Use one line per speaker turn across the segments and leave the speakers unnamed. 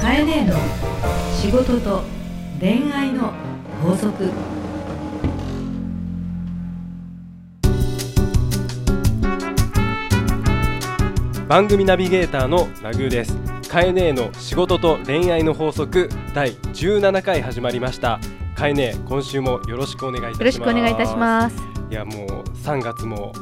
かえねえの仕事と恋愛の法則
番組ナビゲーターのラグーですカエネーの仕事と恋愛の法則第17回始まりましたカエネー今週もよろしくお願いいたします
よろしくお願いいたします。
いやもう3月も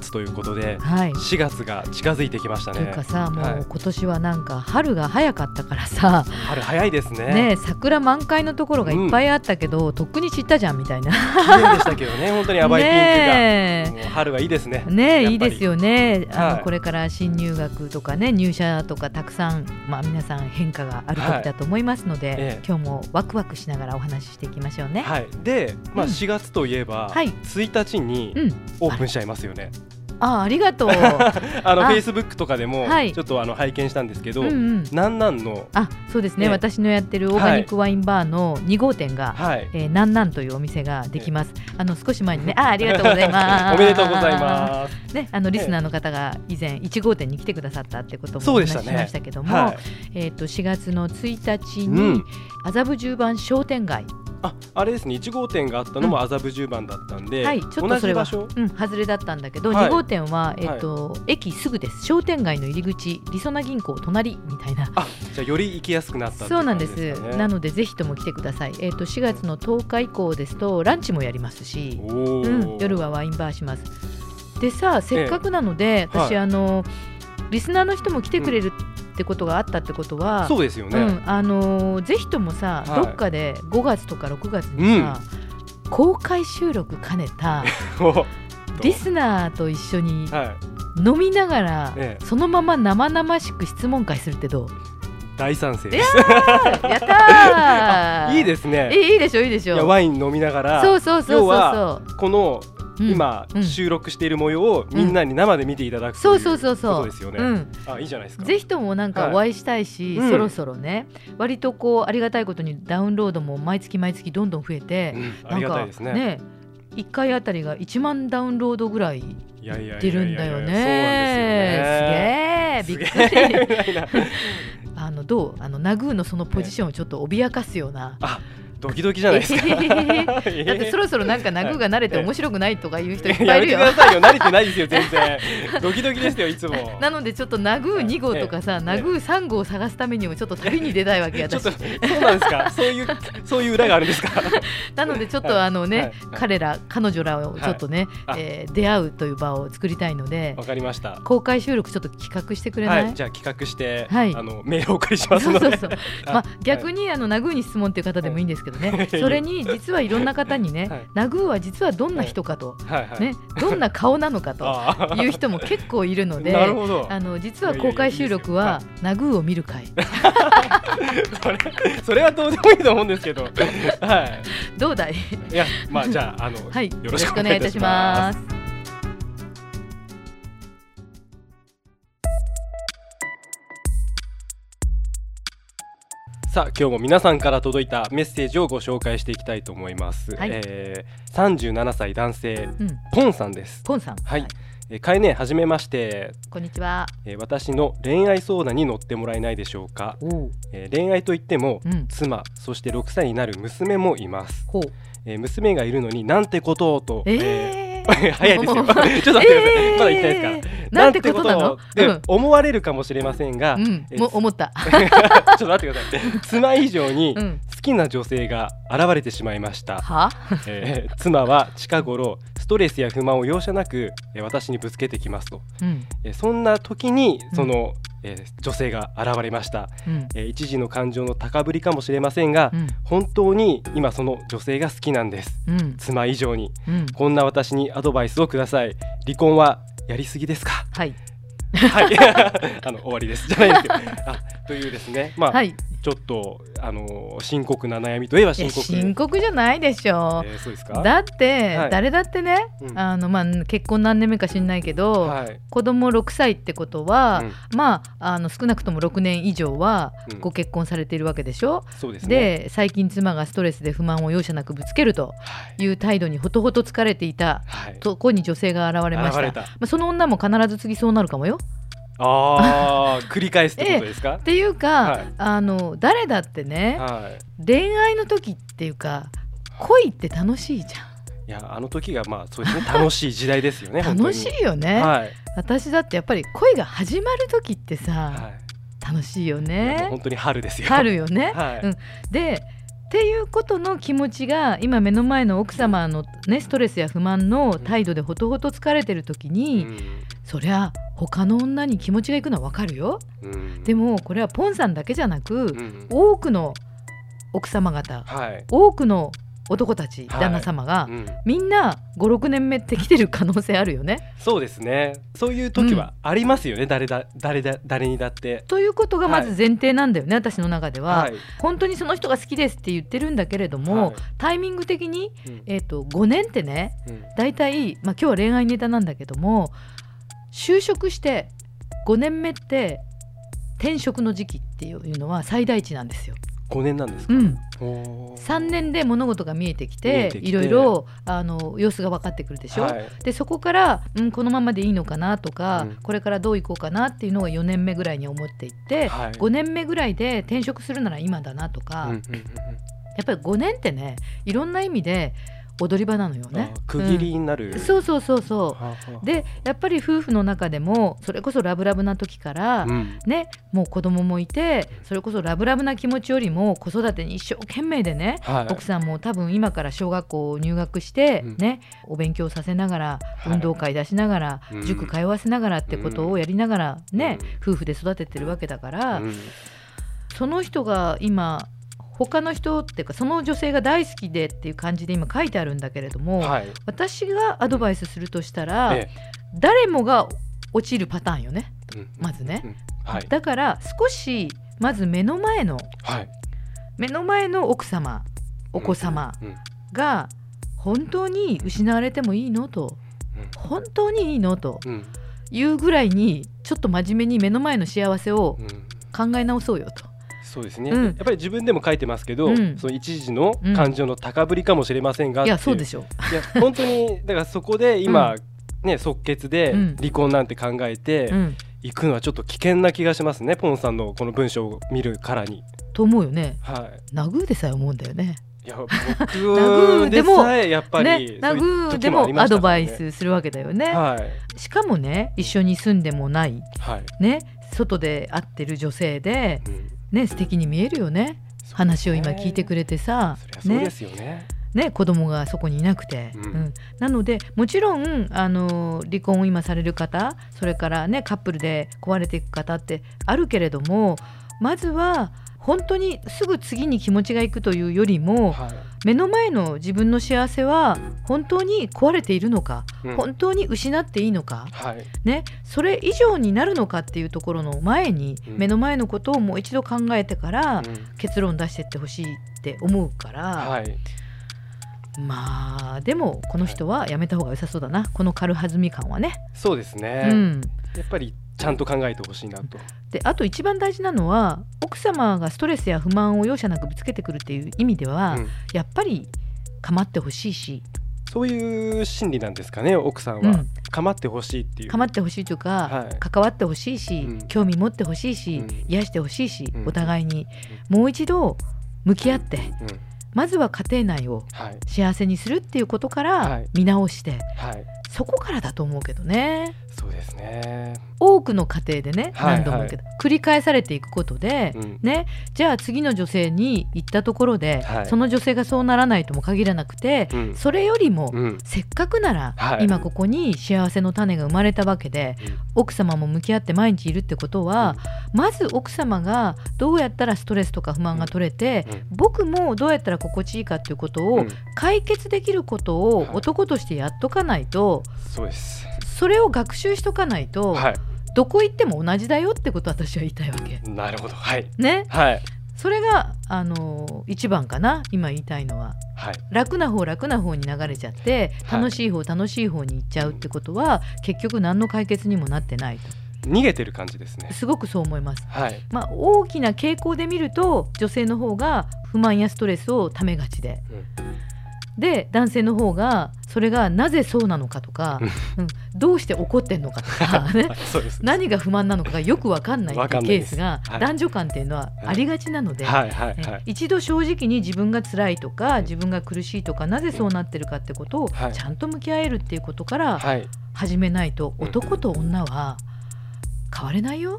末ということで
はい。
4月が近づいてきました
という
ね
かさ、も
は
う
い
今年はなんか春が早かったからさ、
春早いですね
ねえ桜満開のところがいっぱいあったけど、とっくに散ったじゃんみたいな。
綺麗でしたけ どね本当に淡いピンクが、
ね
もう春はいいですね
えねえ
やっぱり
いいですよね、あ
はい
のこれから新入学とかね入社とかたくさん、まあ、皆さん変化がある時だと思いますので、
ええ
今日もワクワクしながらお話ししていきましょうね。
はいでまあ
うん
4月といえば、
はい
1日に
うん、
オープンしちゃいますよね
あありがとう。
あの
あ
フェイスブックとかでも
はい
ちょっとあの拝見したんですけ ど、
うんうん、
なんなんの
あそうですね、
ええ
私のやってるオーガニックワインバーの2号店が、
はい
えー、なんなんというお店ができます。あの少し前にね、あーありがとうございます。
おめでとうございます。
す。ね、あのリスナーの方が以前1号店に来てくださったってことも
そ
お
うで
話し
し
たし
ね
ましたけども、
は
えっ、と4月の1日
い。
に、
うん。
麻布十番商店街、
あ、あれですね。1号店があったのも麻布十番だったんで、
はい、ちょっとそれ
同
は
じ場所。
うん外れだったんだけど、
はい
2号店はえっ、と、駅すぐです。商店街の入り口、りそな銀行隣みたいな。
あ、じゃあより行きやすくなったってい
そうなんです。
感じかね
なのでぜひとも来てください。えっ、と4月の10日以降ですとランチもやりますし、う
お
ん、
ー
夜はワインバーしますでさせっかくなので、
えはい
私、あのリスナーの人も来てくれるってことがあったってことは、
そうですよ
う
ね。
んあのーぜひともさ、
はい
どっかで5月とか6月にさ、公開収録兼ねた
お
リスナーと一緒に
はい。
飲みながら、
ええ
そのまま生々しく質問会するって どう
大賛成です。
やったー
いいですね。
えいいでしょいいでし
いや
ょ
ワイン飲みなが
そ
ら
うそうそうそう
要は
そ
この
う、うん
今
うん
収録している模様をみんなに生で見ていただく
そ
というう
そ
こ
うそうそう
とですよ
う
ね。
ん、
あ、いいじゃないですか。
ぜひともなんかお会いしたいし、
はいうん
そろそろね割とこうありがたいことにダウンロードも毎月毎月どんどん増え
う
て、
んありがたいです
なんか
ね。
ね1回あたりが1万ダウンロードぐらい
いやいやいやいやいや
出るんだよ
そうなん
ね。
ですよ
すげえび
ね。
っくり
すげえ。みたいな
あのどうあのナグーのそのポジションをちょっと脅かすような。
あ、ドキドキじゃないで すか。
えへへへ
だっ
だってそろそろなんかナグーが慣れて
はい
面白くないとか言う人いっぱ
や
いい
め
る
て
よ
く。ださいよ。慣れてないですよ、全然。ドキドキですよ、いつ も。
なのでちょっとナグー2号とかさ、
え
ナグー3号を探すためにもちょっと旅に出たいわけ
ちょっ
私
と、そうなんですか。そういう、そういう裏があるんで すか。
な のでちょっ
は
とあのね、
はい
彼ら彼女らをちょっとね、
はいあ
えー出会うという場を作りたいので
わかりました。
公開収録ちょっと企画してくれな、
はいい、じゃあ企画して、
はい
あのメールをお送りします
そう
の
そう
で。
そう、
はい
まあ、逆にあのナグーに質問という方でもいいんですけどね、
はい
それに実はいろんな方にね、
はい
ナグーは実はどんな人かと、
はいはい。
ね、どんな顔なのかと
あー
いう人も結構いるので
なるほど。
あの実は公開収録はナグーを見る会
それ、それはどうでもいいと思うんですけど。は
どうだい
い。いや、まあ、じゃあ、あの、
はい
よろしくお願いいたします。さあ今日も皆さんから届いたメッセージをご紹介していきたいと思います、
はい
えー、37歳男性
うん
ポンさんです
ポンさん
はい、えー、かえねはじめまして、
こんにちは
えー、私の恋愛相談に乗ってもらえないでしょうか、えー、恋愛といっても、
うん
妻そして6歳になる娘もいます、
ほう
えー、娘がいるのになんてことをと、
えー
ー 早いですよち ょっと待ってください、まだ言ってないですか
かなんてことなの
んてことをって思われるかもしれませんが、
う ん、うん
え、
も思った。
ちょっと待ってください。妻以上に
う
好
ん、
きな女性が現れてしまいま した。
は？
えー妻は近頃ストレスや不満を容赦なくえー私にぶつけてきますと。
うん、
えーそんな時にその、えー女性が現れました、
うん、
えー一時の感情の高ぶりかもしれませんが、
うん、
本当に今その女性が好きなんです。
うん、
妻以上に
うん、
こんな私にアドバイスをください。離婚はやりすぎで すか。
はい、
はい。 あの終わりです。じゃないですけど。あというですね。まあ、
はい、い
ちょっとあのー深刻な悩みといえば深
や
刻
深刻じゃないでしょ
えーそうですか
う。だって、
はい
誰だってね、
うん
あのまあ結婚何年目か知んないけど、
はい、
子供6歳ってことは、
うん
まああの少なくとも6年以上は
うん
ご結婚されているわけでしょ。
そうです
で
ね
最近妻がストレスで不満を容赦なくぶつけると
はい
いう態度にほとほと疲れていた
はい
とこに女性が現れまし
現
た。
れ
ま
た
あその女も必ず次そうなるかもよ。
あ あ繰り返すってことですか
っ、ていうか、
はい
あの誰だってね、
はい
恋愛の時っていうか恋って楽しいじ
いやあの時がまあそうですね楽しい時代です よね
ゃん楽し
い
いよね、
はい、
私だってやっぱり恋が始まる時ってさ、
は
楽しいよ
い、いやもう
ね
本当に春ですよ
春よね、
はい、
うんでっていうことの気持ちが今目の前の奥様の、ね、ストレスや不満の態度でほとほと疲れてる時に、そりゃ他の女に気持ちがいくのはわかるよ
うんうん
でもこれはポンさんだけじゃなく、
うん
多くの奥様方
はい、
多くの男たち、
はい
旦那様が、
うん、
みんな56年目って来てる可能性あるよね。
そうですねそういう時はありますよね、誰だ誰だ誰にだって
ということがまず
はい
前提なんだよね、私の中では、
い、
本当にその人が好きですって言ってるんだけれども、
は
タイミング的に、
いうん
えー、と5年ってね
うん
大体、まあ、今日は恋愛ネタなんだけども就職して5年目って転職の時期っていうのは最大値なんですよ。
五年なんです
う
か、
ん、
おー
3年で物事が見えてき
見
て
えてきて
いろいろあの様子が分かってくるでしょ、
はい
でそこから、うん、このままでいいのかなとか、
うん
これからどういこうかなっていうのが4年目ぐらいに思っていって、
はい
5年目ぐらいで転職するなら今だなとか、
うんうんう
や
んう
っぱり5年ってねいろんな意味で踊り場なのよ
ん
ね
あ。ー区切りになる、
うんそうそうそうそ
はあは
うでやっぱり夫婦の中でもそれこそラブラブな時から
あ、うん
ね、もう子供もいてそれこそラブラブな気持ちよりも子育てに一生懸命でね、
はい
奥さんも多分今から小学校入学して、
うん
ねお勉強させながら、
はい
運動会出しながら、
うん
塾通わせながらってことをやりながらね、
うん
夫婦で育ててるわけだから、
うん
その人が今他の人っていうかその女性が大好きでっていう感じで今書いてあるんだけれども、
はい、
私がアドバイスするとしたら、
え
誰もが落ちるパターンよね
えうん
まずね。
うんはい
だから少しまず目の前の
はい
目の前の奥様お子様、
うんうん
が本当に失われてもいいのと
うん
本当にいいのと
うん
いうぐらいにちょっと真面目に目の前の幸せを
うん
考え直そうよと。
そうですね、
うん
やっぱり自分でも書いてますけど、
うん
その一時の感情の高ぶりかもしれませんが、
いやそうですしょ
いや本当にだからそこで今、ね即決で
うん
離婚なんて考え
う、う
て
ん、
行くのはちょっと危険な気がしますね、ポンさんのこの文章を見るからに
と思うよね
は
ナグーでさえ思うんだよね。
いいや
殴
僕
るで
で
も
さえやっぱり、
ねナグーでもアドバイスするわけだよね。
はい
しかもね一緒に住んでもない
はい、
ね外で会ってる女性で
うん
ね素敵に見えるよね話を今聞いてくれてさ
そりゃ、そう
ね
ですよね
ね、子供がそこにいなくて、
うん
うんなのでもちろんあの離婚を今される方それから、ね、カップルで壊れていく方ってあるけれどもまずは本当にすぐ次に気持ちがいくというよりも
はい
目の前の自分の幸せは本当に壊れているのか、
うん
本当に失っていいのか、
はい
ね、それ以上になるのかっていうところの前に、
うん
目の前のことをもう一度考えてから、
うん
結論出していってほしいって思うから。
はい
まあでもこの人はやめた方が良さそうだなこの軽はずみ感はね。
そうですね、
うん、
やっぱりちゃんと考えてほしいなと、
であと一番大事なのは奥様がストレスや不満を容赦なくぶつけてくるっていう意味では、
うん
やっぱり構ってほしいし、
そういう心理なんですかね奥さん
う
は、
ん、
構ってほしいっていう
構ってほしいというか、
はい
関わってほしいし、
うん
興味持ってほしいし、
うん
癒してほしいし、
うん
お互いにもう一度向き合って
うん、
まずは家庭内を
はい
幸せにするっていうことか
は
ら
い
見直して、
はい
そこからだと思うけどね。
そうですね、
多くの家庭でね
はい
何度も言うけど、繰り返されていくことで、
うん
ね、じゃあ次の女性に行ったところで、
はい
その女性がそうならないとも限らなくて、
うん
それよりも、
うん
せっかくなら、
はい
今ここに幸せの種が生まれたわけで
うん
奥様も向き合って毎日いるってことは、まず奥様がどうやったらストレスとか不満が取れて、
うん
僕もどうやったら心地いいかっていうことを、
うん
解決できることを
はい
男としてやっとかないと、
そうです
それを学習しとかないと、
は
どこ行っても同じだよってことを私は言いたいわけ。
いなるほどはい
ね、
はい
それがあの一番かな今言いたいのは
はい
楽な方楽な方に流れちゃって
はい
楽しい方楽しい方に行っちゃうってことは結局何の解決にもなってないと
逃げてる感じですね
すごくそう思います。
はい
まあ、大きな傾向で見ると女性の方が不満やストレスをためがちで、で男性の方がそれがなぜそうなのかとか、うん、どうして怒ってんのかと か、ね
は、いそうです。
何が不満なのかがよく分かんない
わ
って
か
いうん
な
ケ
い
ー
です
スが
はい
男女間っていうのはありがちなので、
はいはいは
ね
い。
一度正直に自分が辛いとか自分が苦しいとかなぜそうなってるかってことをち
はい
ゃんと向き合えるっていうことから
はい。
始めないと
うん
男と女は変われないよ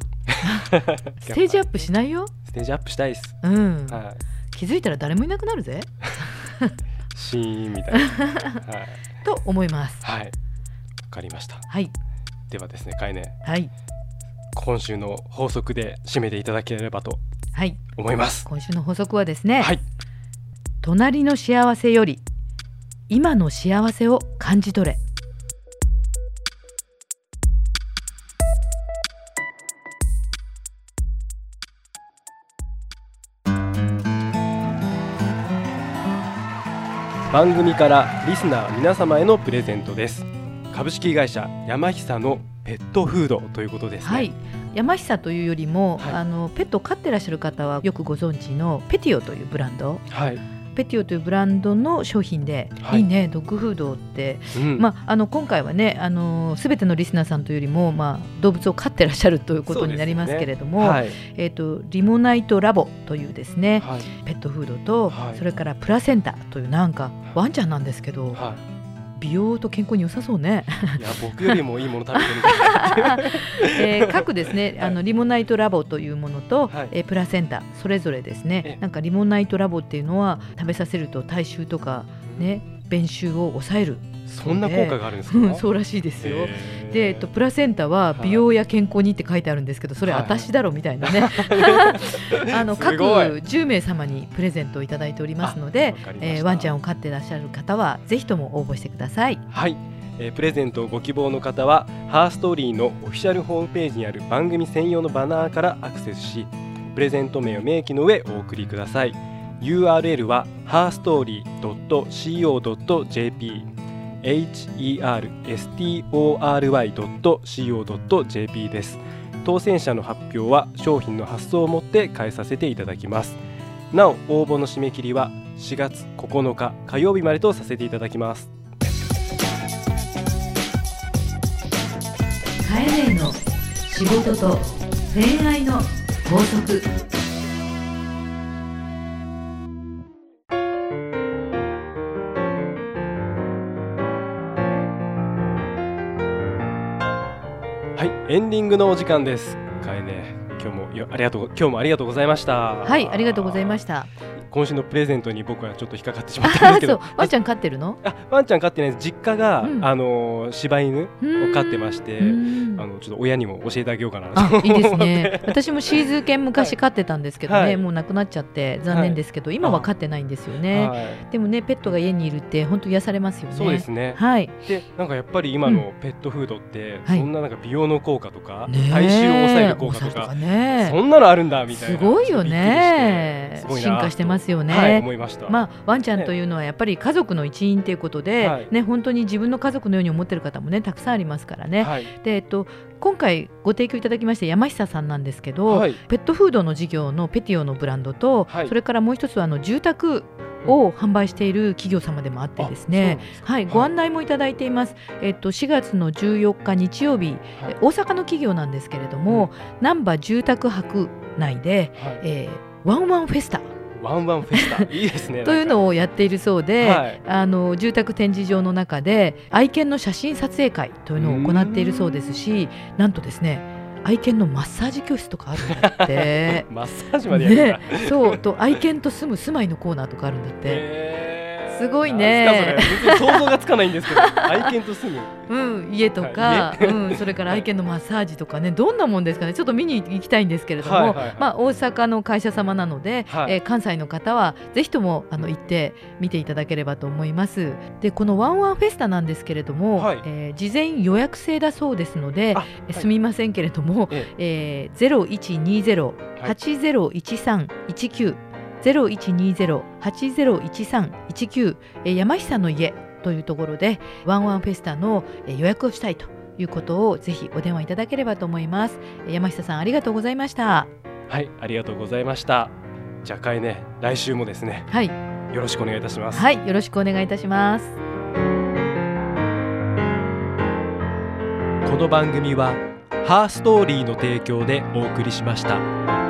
ステージアップしないよ、
ステージアップしたいです。
うん、
は
気づいたら誰もいなくなるぜ
い。シーンみたいな。はい。
と思います。
はい。わかりました。
はい、
ではですね、かいね、
はい、
今週の法則で締めていただければと
はい、
思います。
今週の補足はですね、
はい。
隣の幸せより今の幸せを感じ取れ
番組からリスナー皆様へのプレゼントです株式会社山久のペットフードということですね
はい山久というよりも、
はい
あのペットを飼ってらっしゃる方はよくご存知のペティオというブランド
はい、
ペティオというブランドの商品で、
はい
い、いねドッグフードって、
うん
まああの今回はねあの全てのリスナーさんというよりも、まあ、動物を飼ってらっしゃるということになりますけれども、
はい
えー、とリモナイトラボというですね、
はい
ペットフードと、
はい
それからプラセンタというなんかワンちゃんなんですけど、
は
美容と健康に良さそう ね、
い、いや僕よりもいいもの食べてるみたい
えー各ですね、
はい
あのリモナイトラボというものと、
はい
えープラセンタそれぞれです
え
ね
え
なんかリモナイトラボっていうのは食べさせると体臭とか ね便臭を抑える、
そんな効果があるんですか、
うん そうらしいですよ。
へー
で えっと、プラセンタは美容や健康にって書いてあるんですけどそれ
はい
私だろみたいな ね、あの
す
各
ごい
10名様にプレゼントをいただいておりますので
わかりました
えーワンちゃんを飼ってらっしゃる方はぜひとも応募してください。
はい、えープレゼントをご希望の方はハーストーリーのオフィシャルホームページにある番組専用のバナーからアクセスしプレゼント名を明記の上お送りください URL は herstory.co.jp herstory.co.jp です当選者の発表は商品の発送をもって返させていただきますなお応募の締め切りは4月9日火曜日までとさせていただきます
カエネの仕事と恋愛の法則
はい、エンディングのお時間です。かえね、今日もよありがとう、今日もありがとうございました。
はいありがとうございま した。
た。今週のプレゼントに僕はちょっと引っかかってしまった
あ
んで
ー
すけ
そう
ど。
ワンちゃん飼ってるの？
あ、ワンちゃん飼ってないです。実家が、
うん
あのー柴犬を飼ってまして、
うーん
あのちょっと親にも教えてあげようかなと
あいいです
思って
ね私もシーズー犬昔飼ってたんですけどね、
はい
もう亡くなっちゃって残念ですけど、今は飼ってないんですよね、
はい
でもねペットが家にいるって本当癒されますよね
そうですね。
はい
で、なんかやっぱり今のペットフードって、
はい
そんななんか美容の効果とか、
ねえ
体臭を抑える効果と
抑える
か、
ね
そんなのあるんだみたい
す
な。
ごいよ
ち
ね
ょっとびっくりしてすごいな
進化してますよね、
はい、思いました。
まあ、ワンちゃんというのはやっぱり家族の一員ということで、
はい
ね、本当に自分の家族のように思ってる方もねたくさんありますからね、
はい、
でえっと、今回ご提供いただきました山久さんなんですけど、
はい、
ペットフードの事業のペティオのブランドと、
はい
それからもう一つはあの住宅を販売している企業様でもあってですね、
あ。
はい、
はい
ご案内もいただいています、えっと、4月の14日日曜日、
そうなん
え
です
大阪の企業なんですけれども、難波住宅博内で、
かはいはい
えーワンワンフェスタ
ワンワンフェス タいいですね。
という
を
のをやっているそうで、
はい。
あの住宅展示場の中で愛犬の写真撮影会というのを行っているそうですしなんとですね愛犬のマッサージ教室とかあるんだって
マッサージまでやるんだ。
ね、そうと愛犬と住む住まいのコーナーとかあるんだって、
へー
すごいね
なんすかそれ別に想像がつかないんです けど、愛犬と住む。
うん、家とか、うん、それから愛犬のマッサージとかねどんなもんですかねちょっと見に行きたいんですけれども、
はいはいはい
まあ、大阪の会社様なので、
はい
えー関西の方はぜひともあの行って見ていただければと思います。でこのワンワンフェスタなんですけれども、
はい
えー事前予約制だそうですので、
あ
えーすみませんけれども、
え
えー、0120-8013-19、0120-8013-19、えー山久の家というところでワンワンフェスタのえー予約をしたいということをぜひお電話いただければと思いますえー山久さんありがとうございました
はい、ありがとうございました。じゃあかいね、来週もですね、
はい
よろしくお願いいたします。
はい、よろしくお願いいたします。
この番組はハーストーリーの提供でお送りしました。